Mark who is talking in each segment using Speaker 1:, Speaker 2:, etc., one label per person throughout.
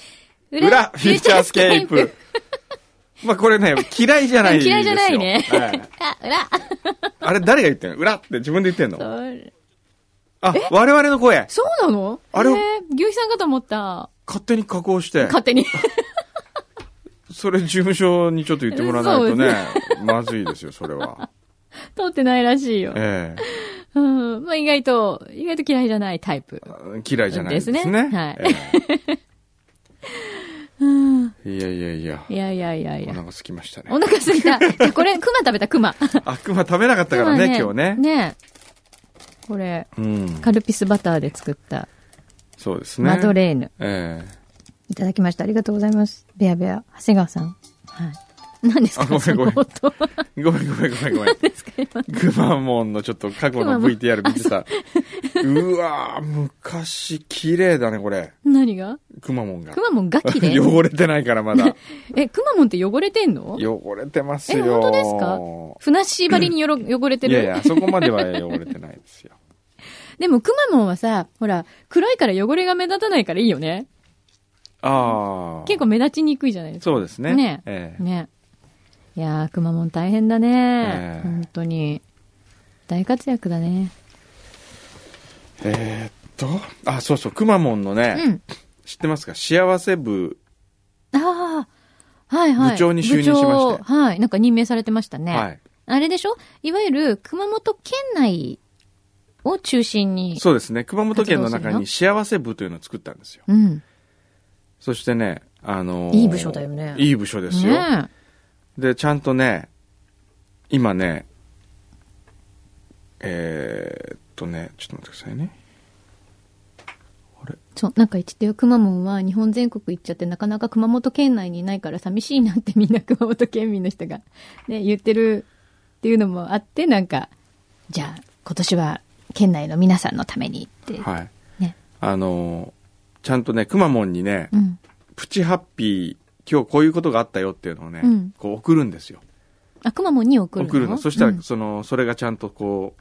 Speaker 1: ザ・フューチャースケープ。まあこれね、嫌いじゃないですよ。
Speaker 2: 嫌いじゃないね。
Speaker 1: はい
Speaker 2: あ、裏
Speaker 1: あれ誰が言ってんの裏って自分で言ってんの
Speaker 2: それ
Speaker 1: あ、我々の声。
Speaker 2: そうなの
Speaker 1: あれ
Speaker 2: えー、牛さんかと思った。
Speaker 1: 勝手に加工して、
Speaker 2: 勝 手に。
Speaker 1: それ事務所にちょっと言ってもらわないとね
Speaker 2: そ、
Speaker 1: まずいですよ、それ は。
Speaker 2: 通ってないらしいよ。
Speaker 1: ええ
Speaker 2: うん。まあ意外と、意外と嫌いじゃないタイプ。
Speaker 1: 嫌いじゃないですね。
Speaker 2: ですねはい
Speaker 1: ええいやいやい や
Speaker 2: い、やいやいやい
Speaker 1: お
Speaker 2: や。
Speaker 1: 腹空きました
Speaker 2: お
Speaker 1: ね。
Speaker 2: 腹すいた。じゃこれ、熊食べた、熊。
Speaker 1: あ、熊食べな かったからね、今日ね。
Speaker 2: ねこれ、
Speaker 1: うん。
Speaker 2: カルピスバターで作った
Speaker 1: そうですね。
Speaker 2: マドレーヌ。
Speaker 1: ええ
Speaker 2: いただきました。ありがとうございます。ベアベア、長谷川さん。はい。何です
Speaker 1: あごめ
Speaker 2: かその
Speaker 1: んごめん
Speaker 2: 音何
Speaker 1: ごめんごめんごめんごめん。
Speaker 2: ですか今。
Speaker 1: くまモンのちょっと過去
Speaker 2: くま
Speaker 1: の
Speaker 2: モン
Speaker 1: VTR 見て さ。うわぁ、昔綺麗だね、これ。
Speaker 2: 何 が
Speaker 1: くまモンが
Speaker 2: く。まモンガキで。
Speaker 1: 汚れてないから まだ。
Speaker 2: え、くまモンって汚れてんの
Speaker 1: 汚れてます
Speaker 2: え、
Speaker 1: よ。
Speaker 2: 本当ですか船縛りによろ汚れて
Speaker 1: い
Speaker 2: る
Speaker 1: やいや、そこまでは汚れてないで すよ。
Speaker 2: でもくまモンはさ、ほら、暗いから汚れが目立たないからいいよね。
Speaker 1: ああ。
Speaker 2: 結構目立ちにくいじゃないです
Speaker 1: そうですね。
Speaker 2: ね
Speaker 1: え
Speaker 2: か。ね。いやー、くまモン大変だね
Speaker 1: え。え
Speaker 2: 本当に。大活躍だね。
Speaker 1: ええーっと、あ、そうそう、くまモンのね、
Speaker 2: うん。
Speaker 1: 知ってますか幸せ部、
Speaker 2: ああ、はいはい。
Speaker 1: 部長に就任しまして
Speaker 2: 部長はい。なんか任命されてましたね。
Speaker 1: はい。
Speaker 2: あれでしょいわゆる熊本県内を中心に。
Speaker 1: そうですね。熊本県の
Speaker 2: 活動
Speaker 1: 中
Speaker 2: する
Speaker 1: に
Speaker 2: の
Speaker 1: 幸せ部というのを作ったんですよ。
Speaker 2: う。ん。
Speaker 1: そしてね、あのー
Speaker 2: いい部署だよね
Speaker 1: いい部署ですよ。
Speaker 2: ね
Speaker 1: で、ちゃんとね、今ね、えー、っとね、ちょっと待ってくださいね。
Speaker 2: えそう、なんか言ってたよ。熊本は日本全国行っちゃってなかなか熊本県内にいないから寂しいなってみんな熊本県民の人が ね、言ってるっていうのもあって、なんか、じゃあ今年は県内の皆さんのためにって。
Speaker 1: はい。
Speaker 2: ね。
Speaker 1: あのーちゃんとね、くまモンにね、
Speaker 2: うん。
Speaker 1: プチハッピー、今日こういうことがあったよっていうのをね、
Speaker 2: うん
Speaker 1: こう送るんですよ。
Speaker 2: あ、熊本に送るの
Speaker 1: 送るの。そした
Speaker 2: う
Speaker 1: ら、
Speaker 2: ん
Speaker 1: その、それがちゃんとこ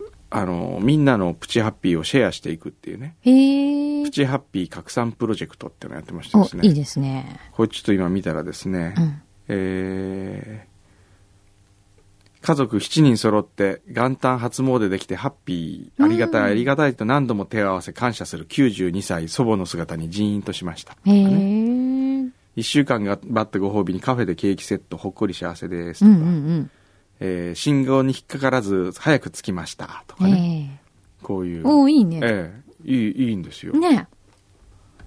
Speaker 1: う、あの、みんなのプチハッピーをシェアしていくっていうね。
Speaker 2: へえ
Speaker 1: プ。チハッピー拡散プロジェクトっていうのをやってまして
Speaker 2: お
Speaker 1: です、ね。
Speaker 2: いいですね。
Speaker 1: これちょっと今見たらですね、
Speaker 2: うん。
Speaker 1: えー家族7人揃って元旦初詣できてハッピー、ありがたいありがたいと何度も手を合わせ感謝する92歳祖母の姿にジーンとしました。
Speaker 2: へえ。うん
Speaker 1: 1週間がバッたご褒美にカフェでケーキセットほっこり幸せです
Speaker 2: う
Speaker 1: とか、
Speaker 2: ん
Speaker 1: えー信号に引っかからず早く着きましたと
Speaker 2: う
Speaker 1: か
Speaker 2: ん。え
Speaker 1: ね、
Speaker 2: え。
Speaker 1: こういう、
Speaker 2: おーいいね。
Speaker 1: ええいいいいんですよ、
Speaker 2: ねえ。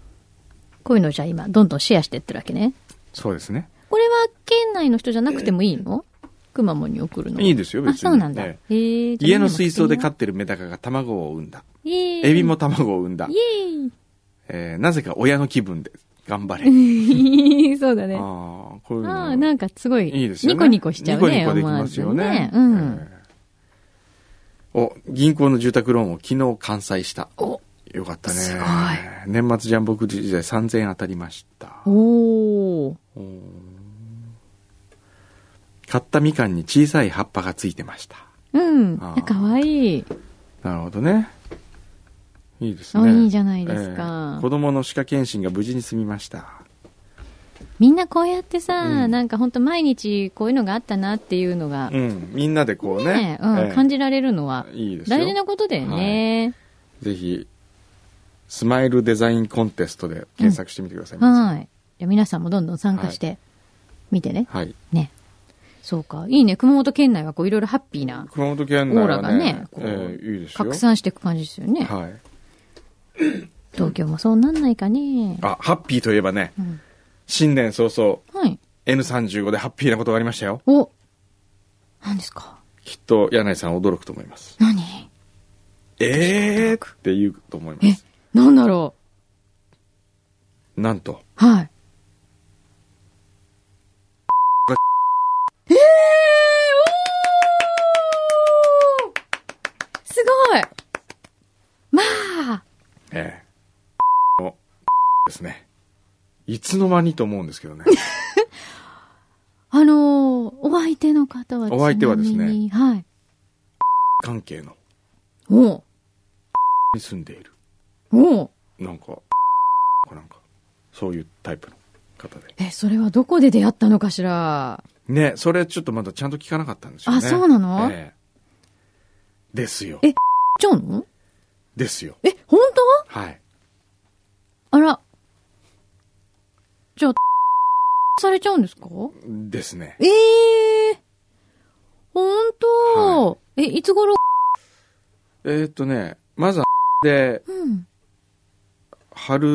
Speaker 2: こういうのじゃあ今、どんどんシェアしてってるわけね。
Speaker 1: そうですね
Speaker 2: これは県内の人じゃなくてもいいの熊本に送るの。
Speaker 1: いいですよ別に
Speaker 2: あ、そうなんだ。
Speaker 1: え
Speaker 2: へえ。
Speaker 1: 家の水槽で飼
Speaker 2: っ
Speaker 1: ってるメダカが卵を産んだ
Speaker 2: イエーイ
Speaker 1: エビ。も卵を産んだ
Speaker 2: イ、
Speaker 1: えーなぜか親の気分で頑張れ、
Speaker 2: エーイ。 そうだね。あ
Speaker 1: ああこういう
Speaker 2: あ
Speaker 1: の
Speaker 2: ー、なんかすごい、
Speaker 1: いいですよね
Speaker 2: ニコニコしちゃうね。
Speaker 1: ニコニコできますよね
Speaker 2: 思わずね
Speaker 1: ええお銀行の住宅ローンを昨日完済した
Speaker 2: うん。お
Speaker 1: よかったね
Speaker 2: すごい
Speaker 1: 年末ジャンボク時代3000円当たりました
Speaker 2: おー
Speaker 1: 買ったみかんに小さい葉っぱがついてました
Speaker 2: うん。
Speaker 1: あー
Speaker 2: あかわいい。
Speaker 1: なるほどねいいです
Speaker 2: あ
Speaker 1: ね
Speaker 2: いいじゃないですか
Speaker 1: ええ子供の歯科検診が無事に済みました
Speaker 2: みんなこうやってさ、
Speaker 1: うん
Speaker 2: なんかほんと毎日こういうのがあったなっていうのが、
Speaker 1: うんみんなでこう
Speaker 2: ね、
Speaker 1: ね
Speaker 2: うん
Speaker 1: ええ
Speaker 2: 感じられるのはい
Speaker 1: いですよ
Speaker 2: 大事なことだよね。
Speaker 1: ぜひスマイルデザインコンテストで検索してみてください、皆さん
Speaker 2: はい。じゃあ皆さんもどんどん参加して見てね。
Speaker 1: はい
Speaker 2: ね。そうか。いいね。熊本県内はこういろいろハッピーな、
Speaker 1: 熊本県内は
Speaker 2: オーラがねこう
Speaker 1: ええいいですよ
Speaker 2: 拡散していく感じですよね。
Speaker 1: はい
Speaker 2: 東京もそうなんないかね。
Speaker 1: あハッピーといえばね、
Speaker 2: うん
Speaker 1: 新年早々
Speaker 2: はい。
Speaker 1: N35 でハッピーなことがありましたよ
Speaker 2: お何ですか
Speaker 1: きっと柳井さん驚くと思います
Speaker 2: 何
Speaker 1: えーって言うと思いま
Speaker 2: え
Speaker 1: す。、
Speaker 2: なんだろ
Speaker 1: なんと、
Speaker 2: う。はい。えーおーすごいまあ
Speaker 1: えー、のですね。いつの間にと思うんですけど ね。
Speaker 2: あのー、お相手の方はちなみに
Speaker 1: お相手はですね。
Speaker 2: はい。
Speaker 1: 関係の
Speaker 2: おう
Speaker 1: に住んでいる。
Speaker 2: おう
Speaker 1: なんか、かなんか。そういうタイプの方で
Speaker 2: え、それはどこで出会ったのかしら。
Speaker 1: ねそれちょっとまだちゃんと聞かなかったんですよね
Speaker 2: あそうなの
Speaker 1: ええですよ
Speaker 2: えちゃうの
Speaker 1: ですよ
Speaker 2: え、本
Speaker 1: はい
Speaker 2: 当あら。じゃあ、されちゃうんですか
Speaker 1: ですね
Speaker 2: ええー。本当、
Speaker 1: は
Speaker 2: え、いつ頃
Speaker 1: えーっとねまずはで
Speaker 2: うん。
Speaker 1: 春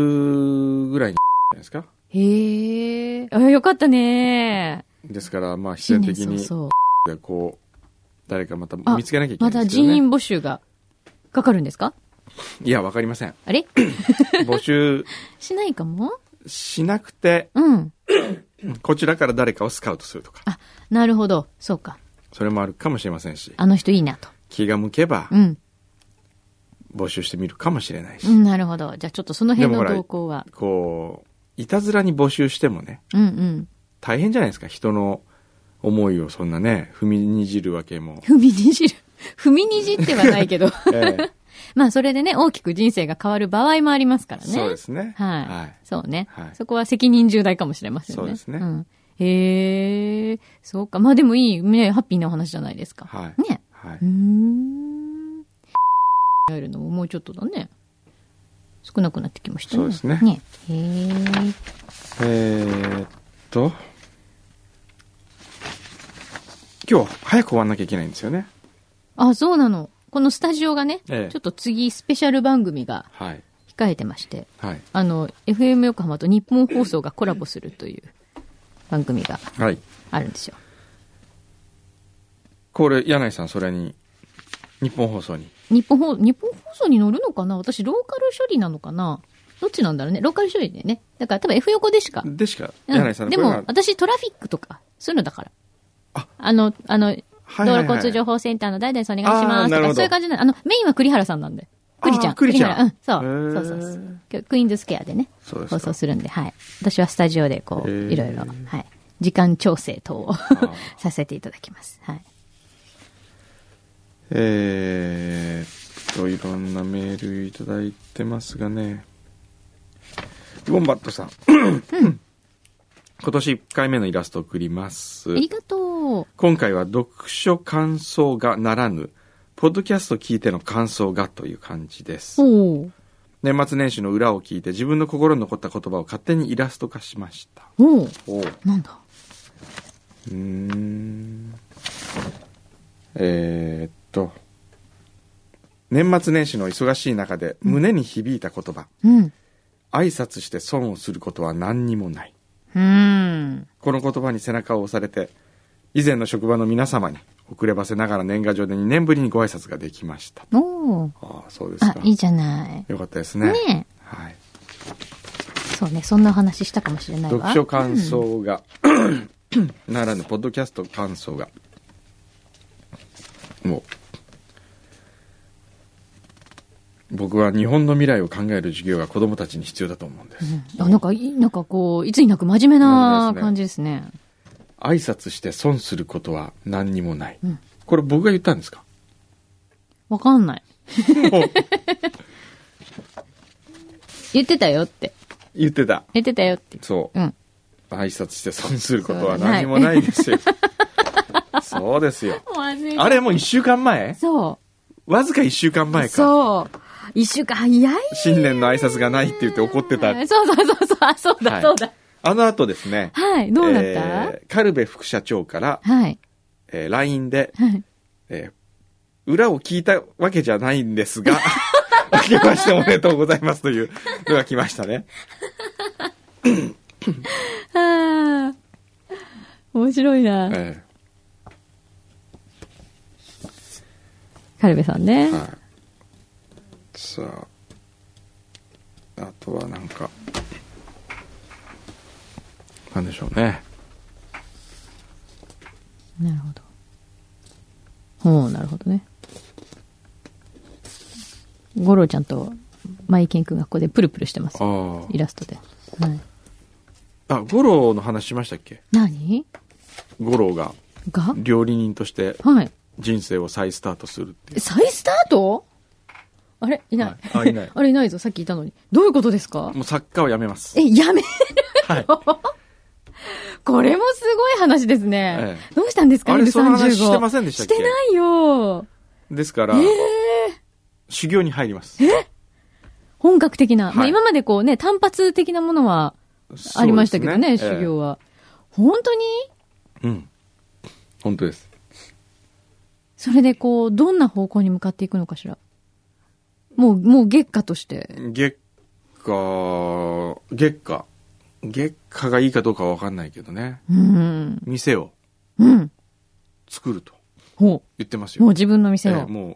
Speaker 1: ぐらいにじゃないですか
Speaker 2: へえ。あ、よかったね
Speaker 1: ですからまあ必
Speaker 2: 新
Speaker 1: 然
Speaker 2: 年
Speaker 1: 的
Speaker 2: 早
Speaker 1: に
Speaker 2: 々。
Speaker 1: でこう誰かまた
Speaker 2: あ
Speaker 1: 見つけなきゃいけな
Speaker 2: ま
Speaker 1: いん
Speaker 2: た
Speaker 1: ですけど、ね、
Speaker 2: 人員募集がかかるんですか
Speaker 1: いやわかりません
Speaker 2: あ れ
Speaker 1: 募集
Speaker 2: しないかも
Speaker 1: しなくて
Speaker 2: うん。
Speaker 1: こちらから誰かをスカウトするとか
Speaker 2: あ、なるほど。そうか。
Speaker 1: それもあるかもしれませんし
Speaker 2: あの人いいなと。
Speaker 1: 気が向けば
Speaker 2: うん。
Speaker 1: 募集してみるかもしれないし、
Speaker 2: うん、なるほど。じゃあちょっとその辺
Speaker 1: でも
Speaker 2: の
Speaker 1: ほら
Speaker 2: 動向は。
Speaker 1: こういたずらに募集してもね
Speaker 2: うんうん。、
Speaker 1: 大変じゃないですか人の思いをそんなね踏みにじるわけも
Speaker 2: 踏みにじる。 踏みにじってはないけど。
Speaker 1: え え
Speaker 2: まあそれでね、大きく人生が変わる場合もありますからね。
Speaker 1: そうですね
Speaker 2: はい。
Speaker 1: はい
Speaker 2: そうね、
Speaker 1: はい
Speaker 2: そこは責任重大かもしれませんね。
Speaker 1: そうですね
Speaker 2: ん、へえ、そうか。まあでもいい、ね、ハッピーなお話じゃないですか。
Speaker 1: はい
Speaker 2: ね。
Speaker 1: はいう
Speaker 2: ーん。やるのももうちょっとだね。少なくなってきましたね。
Speaker 1: そうですね
Speaker 2: ね。へえ。
Speaker 1: えーっと今日早く終わんなきゃいけないんですよね
Speaker 2: あ、そうなの。このスタジオがね、
Speaker 1: ええ
Speaker 2: ちょっと次スペシャル番組が
Speaker 1: はい
Speaker 2: 控えてまして、
Speaker 1: はい
Speaker 2: あの、FM 横浜と日本放送がコラボするという番組が
Speaker 1: はい
Speaker 2: あるんですよ。
Speaker 1: これ柳井さんそれに日本放送に
Speaker 2: 日本放、日本放送に乗るのかな私、ローカル処理なのかなどっちなんだろうね。ローカル処理でね。だから多分 F 横でしか。
Speaker 1: でしか
Speaker 2: うん
Speaker 1: 柳井さん
Speaker 2: で
Speaker 1: これ
Speaker 2: も
Speaker 1: が、
Speaker 2: 私、トラフィックとか、そういうのだから。
Speaker 1: あ
Speaker 2: の、あの、
Speaker 1: はい
Speaker 2: 道
Speaker 1: はいはい
Speaker 2: 路交通情報センターの大々さんお願いし
Speaker 1: あ
Speaker 2: ま
Speaker 1: ー
Speaker 2: す
Speaker 1: な
Speaker 2: と
Speaker 1: る
Speaker 2: か、
Speaker 1: ほど
Speaker 2: そういう感じなの。あの、メインは栗原さんなんで。栗ちゃ
Speaker 1: あ
Speaker 2: ん。
Speaker 1: ー栗ちゃん
Speaker 2: 原うん、
Speaker 1: へ
Speaker 2: そ
Speaker 1: ー
Speaker 2: う。そうそうそう。今日クイーンズスケアでね、
Speaker 1: そうですか
Speaker 2: 放送するんで、はい。私はスタジオで、こう、
Speaker 1: へー
Speaker 2: いろいろ、はい。時間調整等を
Speaker 1: ー
Speaker 2: させていただきます。はい。
Speaker 1: えーっといろんなメールいただいてますがねウォンバットさん、今年1回目のイラスト送ります
Speaker 2: ありがとう。
Speaker 1: 今回は読書感想がならぬポッドキャスト聞いての感想がという感じです
Speaker 2: おう。
Speaker 1: 年末年始の裏を聞いて自分の心に残った言葉を勝手にイラスト化しました
Speaker 2: おう。
Speaker 1: おう
Speaker 2: なんだ。
Speaker 1: うーんえーっと年末年始の忙しい中で胸に響いた言葉、
Speaker 2: うん。
Speaker 1: 挨拶して損をすることは何にもない
Speaker 2: うん。
Speaker 1: この言葉に背中を押されて以前の職場の皆様に遅ればせながら年賀状で2年ぶりにご挨拶ができました
Speaker 2: おう。
Speaker 1: ああそうです
Speaker 2: あ
Speaker 1: か、
Speaker 2: いいじゃない。
Speaker 1: よかったですね
Speaker 2: ね
Speaker 1: はい、
Speaker 2: え。そうね、そんなお話したかもしれないわ。
Speaker 1: 読書感想が、ならぬポッドキャスト感想がもう僕は日本の未来を考える授業が子供たちに必要だと思うんです、
Speaker 2: うんあなんかいい、なんかこう、いつになく真面目な
Speaker 1: 真面目ですね
Speaker 2: 感じですね。
Speaker 1: 挨拶して損することは何にもない、
Speaker 2: うん
Speaker 1: これ僕が言ったんで すか
Speaker 2: わかんない。
Speaker 1: もう
Speaker 2: 言ってたよって。
Speaker 1: 言ってた
Speaker 2: 言ってたよって。
Speaker 1: そう
Speaker 2: うん。
Speaker 1: 挨拶して損することは何にもないですよそうですよあれもう1週間前
Speaker 2: そ
Speaker 1: わずか1週間前
Speaker 2: う。
Speaker 1: か
Speaker 2: そう。一週間早い。
Speaker 1: 新年の挨拶がないって言って怒ってた。
Speaker 2: そうそうそうそう。あ、そう
Speaker 1: は
Speaker 2: だ、
Speaker 1: い
Speaker 2: そうだ。
Speaker 1: あの後ですね、
Speaker 2: はい。どうだっ
Speaker 1: えーカルベ副社長から、
Speaker 2: たはい。
Speaker 1: えー LINE で、
Speaker 2: はい。
Speaker 1: えー裏を聞いたわけじゃないんで すが、明けましておめでとうございますというのが来ましたね。
Speaker 2: ああ。面白いな。
Speaker 1: え
Speaker 2: カルベさんね
Speaker 1: ー。はい、さあ、あとはなんか、なんでしょうね。
Speaker 2: なるほど。ほう、なるほどね。ゴロちゃんとマイケン君がここでプルプルしてます。
Speaker 1: あ
Speaker 2: イラストで。はい。
Speaker 1: あ。あ、五郎の話しましたっけ
Speaker 2: 何
Speaker 1: 五郎が
Speaker 2: が
Speaker 1: 料理人として
Speaker 2: はい。
Speaker 1: 人生を再スタートするっていう。
Speaker 2: 再スタートあれいない。
Speaker 1: はいあいな い
Speaker 2: あれいないぞ。さっきいたのに。どういうことですか
Speaker 1: もう作家はやめます。
Speaker 2: え、やめ、
Speaker 1: はい。
Speaker 2: これもすごい話ですね。
Speaker 1: え
Speaker 2: どうしたんですか
Speaker 1: あれ、
Speaker 2: L35
Speaker 1: その話してませんでしたっ
Speaker 2: し
Speaker 1: け
Speaker 2: てないよ。
Speaker 1: ですから、修行に入ります。
Speaker 2: 本格的な。ま
Speaker 1: は
Speaker 2: あ
Speaker 1: い
Speaker 2: 今までこうね、単発的なものはありましたけどね、
Speaker 1: そうです
Speaker 2: 修行は。本当に
Speaker 1: ええうん。本当です。
Speaker 2: それでこう、どんな方向に向かっていくのかしら。もう、もう月下として。
Speaker 1: 月下、月下。月下がいいかどうかは分かんないけどね。
Speaker 2: うん。
Speaker 1: 店を
Speaker 2: うん。
Speaker 1: 作ると
Speaker 2: ほ
Speaker 1: 言ってます
Speaker 2: う。もう
Speaker 1: よ。
Speaker 2: 自分の店
Speaker 1: ええ
Speaker 2: を。
Speaker 1: も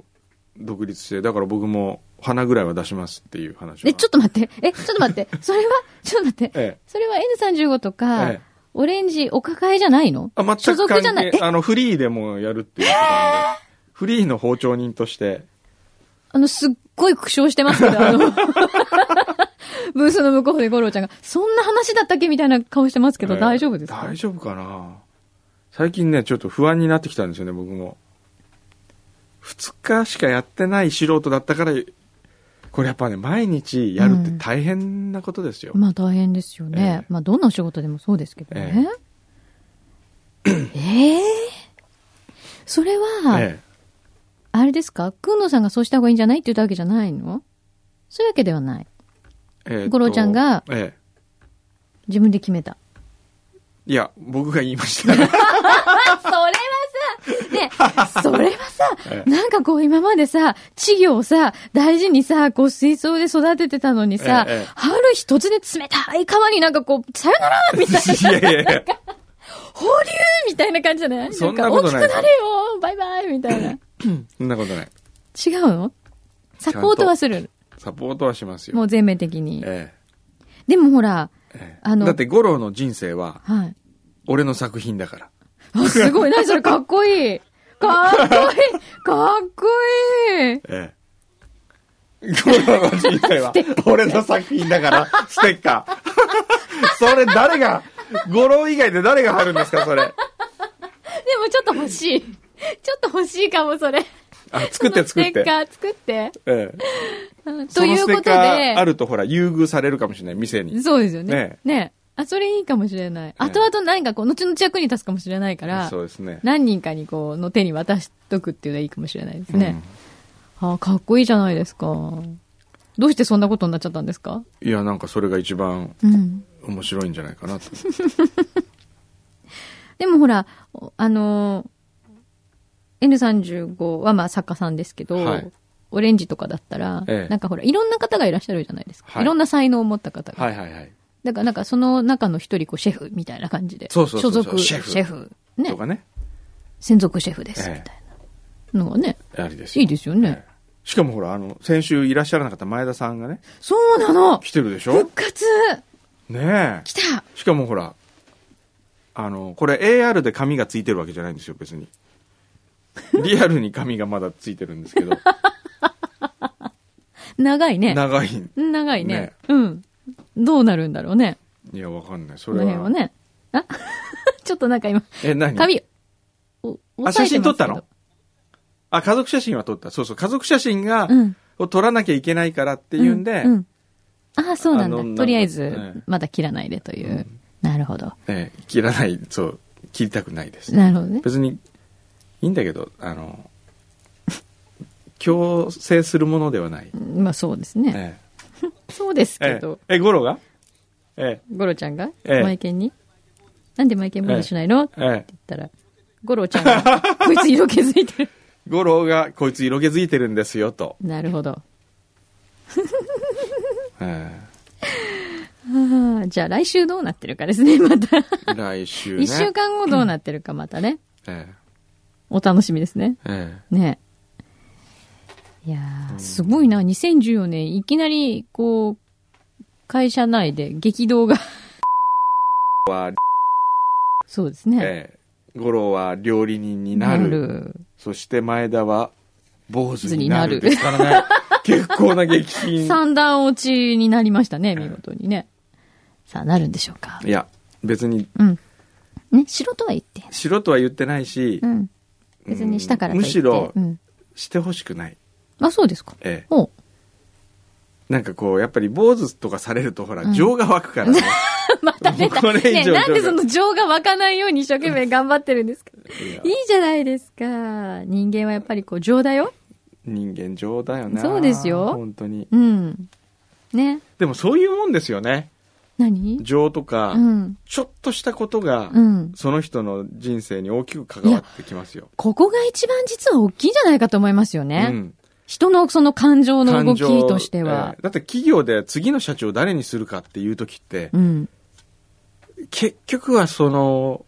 Speaker 1: う独立して、だから僕も花ぐらいは出しますっていう話は
Speaker 2: え、ちょっと待って。え、ちょっと待って。 それは、ちょっと待って。
Speaker 1: ええ
Speaker 2: それは N35 とか、
Speaker 1: ええ
Speaker 2: オレンジお抱えじゃないの
Speaker 1: あ、全
Speaker 2: 所
Speaker 1: く
Speaker 2: 属じゃ
Speaker 1: 関
Speaker 2: ない
Speaker 1: 係、。あの、フリーでもやるっていうことなんで、フリーの包丁人として、
Speaker 2: あの、すっごい苦笑してますけど、 あの、ブースの向こうで五郎ちゃんが、そんな話だったっけみたいな顔してますけど、
Speaker 1: えー
Speaker 2: 大丈夫ですか
Speaker 1: 大丈夫かな最近ね、ちょっと不安になってきたんですよね、僕も。二日しかやってない素人だったから、これやっぱね、毎日やるって大変なことですよ。
Speaker 2: まあ大変ですよね。
Speaker 1: ええ
Speaker 2: まあどんなお仕事でもそうですけどね。ええそれは、
Speaker 1: え
Speaker 2: あれですかくんのさんがそうした方がいいんじゃないって言ったわけじゃないのそういうわけではない。
Speaker 1: えええ
Speaker 2: 五郎ちゃんが
Speaker 1: ええ
Speaker 2: 自分で決めた。
Speaker 1: いや、僕が言いま した。
Speaker 2: それは さ、ね、それはさ
Speaker 1: え、
Speaker 2: なんかこう今までさ、稚魚をさ、大事にさ、こう水槽で育ててたのにさ
Speaker 1: ええええ、
Speaker 2: 春一つで冷たい川になんかこう、さよならみたいな、
Speaker 1: いやいやいや。
Speaker 2: 放流みたいな感じじゃない
Speaker 1: そんなことない
Speaker 2: んか大きくなれよバイバイみたいな。
Speaker 1: そんなことない。
Speaker 2: 違うのサポートはする。
Speaker 1: サポートはしますよ。
Speaker 2: もう全面的に。
Speaker 1: え
Speaker 2: でもほら、
Speaker 1: えええ
Speaker 2: あの
Speaker 1: だって五郎の人生は、
Speaker 2: はい。
Speaker 1: 俺の作品だから。
Speaker 2: あすごい。何それかっこいい。かっこいい。かっこいい。
Speaker 1: ええ。ゴロの人生は、 俺の作品だから、ステッカー。 それ誰が、ゴロ以外で誰が貼るんですか、それ。
Speaker 2: でもちょっと欲しい。 ちょっと欲しいかも、それ。
Speaker 1: あ、作って作
Speaker 2: ス
Speaker 1: っ
Speaker 2: テッ
Speaker 1: て。
Speaker 2: カー作って。
Speaker 1: ええ、
Speaker 2: うんと
Speaker 1: そ
Speaker 2: い
Speaker 1: のス
Speaker 2: う
Speaker 1: テ
Speaker 2: こ
Speaker 1: ッ
Speaker 2: と
Speaker 1: カーあ
Speaker 2: で、
Speaker 1: るとほら、優遇されるかもしれない、店に。
Speaker 2: そうですよね。
Speaker 1: ね
Speaker 2: ねあ、それいいかもしれない。後々何かこう、後々役に立つかもしれないから、
Speaker 1: そうですね。
Speaker 2: 何人かにこう、の手に渡しとくっていうのはいいかもしれないですね。あかっこいいじゃないですか。どうしてそんなことになっちゃったんですか
Speaker 1: うんいや、なんかそれが一番
Speaker 2: うん。
Speaker 1: 面白いんじゃないかなと。
Speaker 2: でもほら、おあのー N35 はまあ作家さんですけど、
Speaker 1: はい
Speaker 2: オレンジとかだったら、
Speaker 1: ええ
Speaker 2: なんかほら、いろんな方がいらっしゃるじゃないですか。
Speaker 1: はい
Speaker 2: い、ろんな才能を持った方が。
Speaker 1: はいはいはい。
Speaker 2: だからなんかその中の一人、こう、シェフみたいな感じで。
Speaker 1: そうそうそうそう
Speaker 2: 所属
Speaker 1: シェフ
Speaker 2: ね
Speaker 1: と。かね。
Speaker 2: 専属シェフです、
Speaker 1: ええ
Speaker 2: みたいなのがね。
Speaker 1: ありですよ
Speaker 2: いいですよね。
Speaker 1: ええしかもほら、あの、先週いらっしゃらなかった前田さんがね、
Speaker 2: そうなの
Speaker 1: 来てるでしょ
Speaker 2: 復活
Speaker 1: ねえ
Speaker 2: 来。た
Speaker 1: しかもほら、あの、これ AR で紙がついてるわけじゃないんですよ、別に。リアルに紙がまだついてるんですけど、
Speaker 2: 長い ね。
Speaker 1: 長い。
Speaker 2: 長いね
Speaker 1: ね
Speaker 2: うん。どうなるんだろうね。
Speaker 1: いや、わかんない。そ
Speaker 2: こ
Speaker 1: れ
Speaker 2: の
Speaker 1: は。
Speaker 2: 辺はね。あ ちょっとなんか今、
Speaker 1: え、何
Speaker 2: 髪、お、
Speaker 1: あ、
Speaker 2: 押
Speaker 1: 写
Speaker 2: さえて
Speaker 1: 真撮
Speaker 2: ま
Speaker 1: っ
Speaker 2: すけ
Speaker 1: た
Speaker 2: ど
Speaker 1: のあ、家族写真は撮った。そうそう、家族写真が、
Speaker 2: うん。
Speaker 1: を撮らなきゃいけないからっていうんで、
Speaker 2: うん。ああ、そうなん
Speaker 1: あのなん
Speaker 2: だ。
Speaker 1: か
Speaker 2: とりあえ
Speaker 1: ええ。
Speaker 2: ず、まだ切らないでといううんなるほど。
Speaker 1: ええ切らない、そう、切りたくないです。
Speaker 2: なるほどね。
Speaker 1: 別に、いいんだけど、あの、強制するものではない。
Speaker 2: まあそうですね。
Speaker 1: え
Speaker 2: そうです
Speaker 1: え
Speaker 2: け
Speaker 1: え
Speaker 2: ど。
Speaker 1: え、えゴロがえ
Speaker 2: ゴロちゃんが、
Speaker 1: ええ
Speaker 2: マイケンに、なんでマイケンボールしないの、って
Speaker 1: え、ええ。
Speaker 2: 言ったら、ゴロちゃんが、 こいつ色気づいてる。
Speaker 1: 五郎がこいつ色気づいてるんですよと、
Speaker 2: なるほど。
Speaker 1: え
Speaker 2: ああじゃあ来週どうなってるかですね、また。
Speaker 1: え来週ね
Speaker 2: 一週間後どうなってるかまたね。
Speaker 1: え
Speaker 2: お楽しみですね。
Speaker 1: ええ
Speaker 2: ねいやー、すごいな。2014年、いきなり、こう、会社内で激動が。
Speaker 1: えは
Speaker 2: そうですね。
Speaker 1: ええ五郎は料理人になる
Speaker 2: る
Speaker 1: そして前田は坊主にな
Speaker 2: 坊主
Speaker 1: るで
Speaker 2: に
Speaker 1: すからね結構な激品
Speaker 2: 三段落ちになりましたね、見事にね。さあ、なるんでしょうか。
Speaker 1: いや別に
Speaker 2: うん。ね、白とは言って。
Speaker 1: 白とは言ってないし、
Speaker 2: うん。別に下からと
Speaker 1: む
Speaker 2: 言って
Speaker 1: しろ
Speaker 2: うん。
Speaker 1: してほしくない
Speaker 2: あ、そうですか。
Speaker 1: ええ
Speaker 2: おう
Speaker 1: なんかこう、やっぱり坊主とかされるとほら、情が湧くからね。
Speaker 2: また出た。
Speaker 1: これ以
Speaker 2: ねえ
Speaker 1: 上情が
Speaker 2: なんでその情が湧かないように一生懸命頑張ってるんですか
Speaker 1: いや
Speaker 2: いいじゃないですか。人間はやっぱりこう、情だよ。
Speaker 1: 人間情だよな。
Speaker 2: そうですよ
Speaker 1: 本当に。
Speaker 2: うん。ね。
Speaker 1: でもそういうもんですよね。
Speaker 2: 何
Speaker 1: 情とか、
Speaker 2: うん。
Speaker 1: ちょっとしたことが、
Speaker 2: うん。
Speaker 1: その人の人生に大きく関わってきますよ。
Speaker 2: ここが一番実は大きいんじゃないかと思いますよね。
Speaker 1: うん
Speaker 2: 人のその感情の動
Speaker 1: 感
Speaker 2: き
Speaker 1: 情
Speaker 2: としては
Speaker 1: え。ーだって企業で次の社長誰にするかっていう時って、
Speaker 2: うん。
Speaker 1: 結局はその、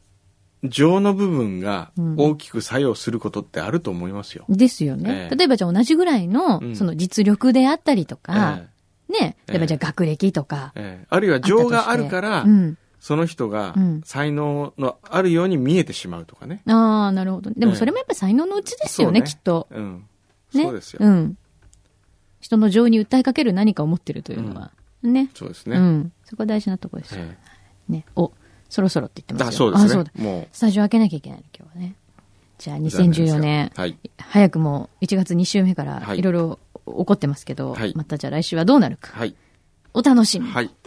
Speaker 1: 情の部分が
Speaker 2: うん
Speaker 1: 大きく作用することってあると思いますよ。
Speaker 2: ですよね。
Speaker 1: ええ
Speaker 2: 例えばじゃあ同じぐらいの、
Speaker 1: うん
Speaker 2: その実力であったりとか、
Speaker 1: え
Speaker 2: ね。
Speaker 1: ええ
Speaker 2: 例えばじゃあ学歴とか。
Speaker 1: えええあるいは情があるから、
Speaker 2: うん。
Speaker 1: その人が
Speaker 2: うん
Speaker 1: 才能のあるように見えてしまうとかね。
Speaker 2: ああ、なるほど。でもそれもやっぱり才能のうちですよね、
Speaker 1: そうね
Speaker 2: きっと。
Speaker 1: うん。
Speaker 2: ね。
Speaker 1: そうですよ。
Speaker 2: ん。人の情に訴えかける何かを持ってるというのは。ね。
Speaker 1: そうです
Speaker 2: う
Speaker 1: ね。
Speaker 2: ん。そこは大事なとこですよ。
Speaker 1: え
Speaker 2: ね。お、そろそろって言って
Speaker 1: え
Speaker 2: ますよ。
Speaker 1: だそうで
Speaker 2: あ
Speaker 1: す
Speaker 2: そ
Speaker 1: ね
Speaker 2: うだ。
Speaker 1: も
Speaker 2: スタジオ開けなきゃいけないの、今日はね。じゃあ
Speaker 1: う。残念です
Speaker 2: 2014
Speaker 1: が
Speaker 2: 年、
Speaker 1: はい。
Speaker 2: 早くも1月2週目から
Speaker 1: はい
Speaker 2: いろいろ起こってますけど、
Speaker 1: はい
Speaker 2: またじゃあ来週はどうなるか。
Speaker 1: はい。
Speaker 2: 嗯お楽しみに。
Speaker 1: はい。
Speaker 3: 「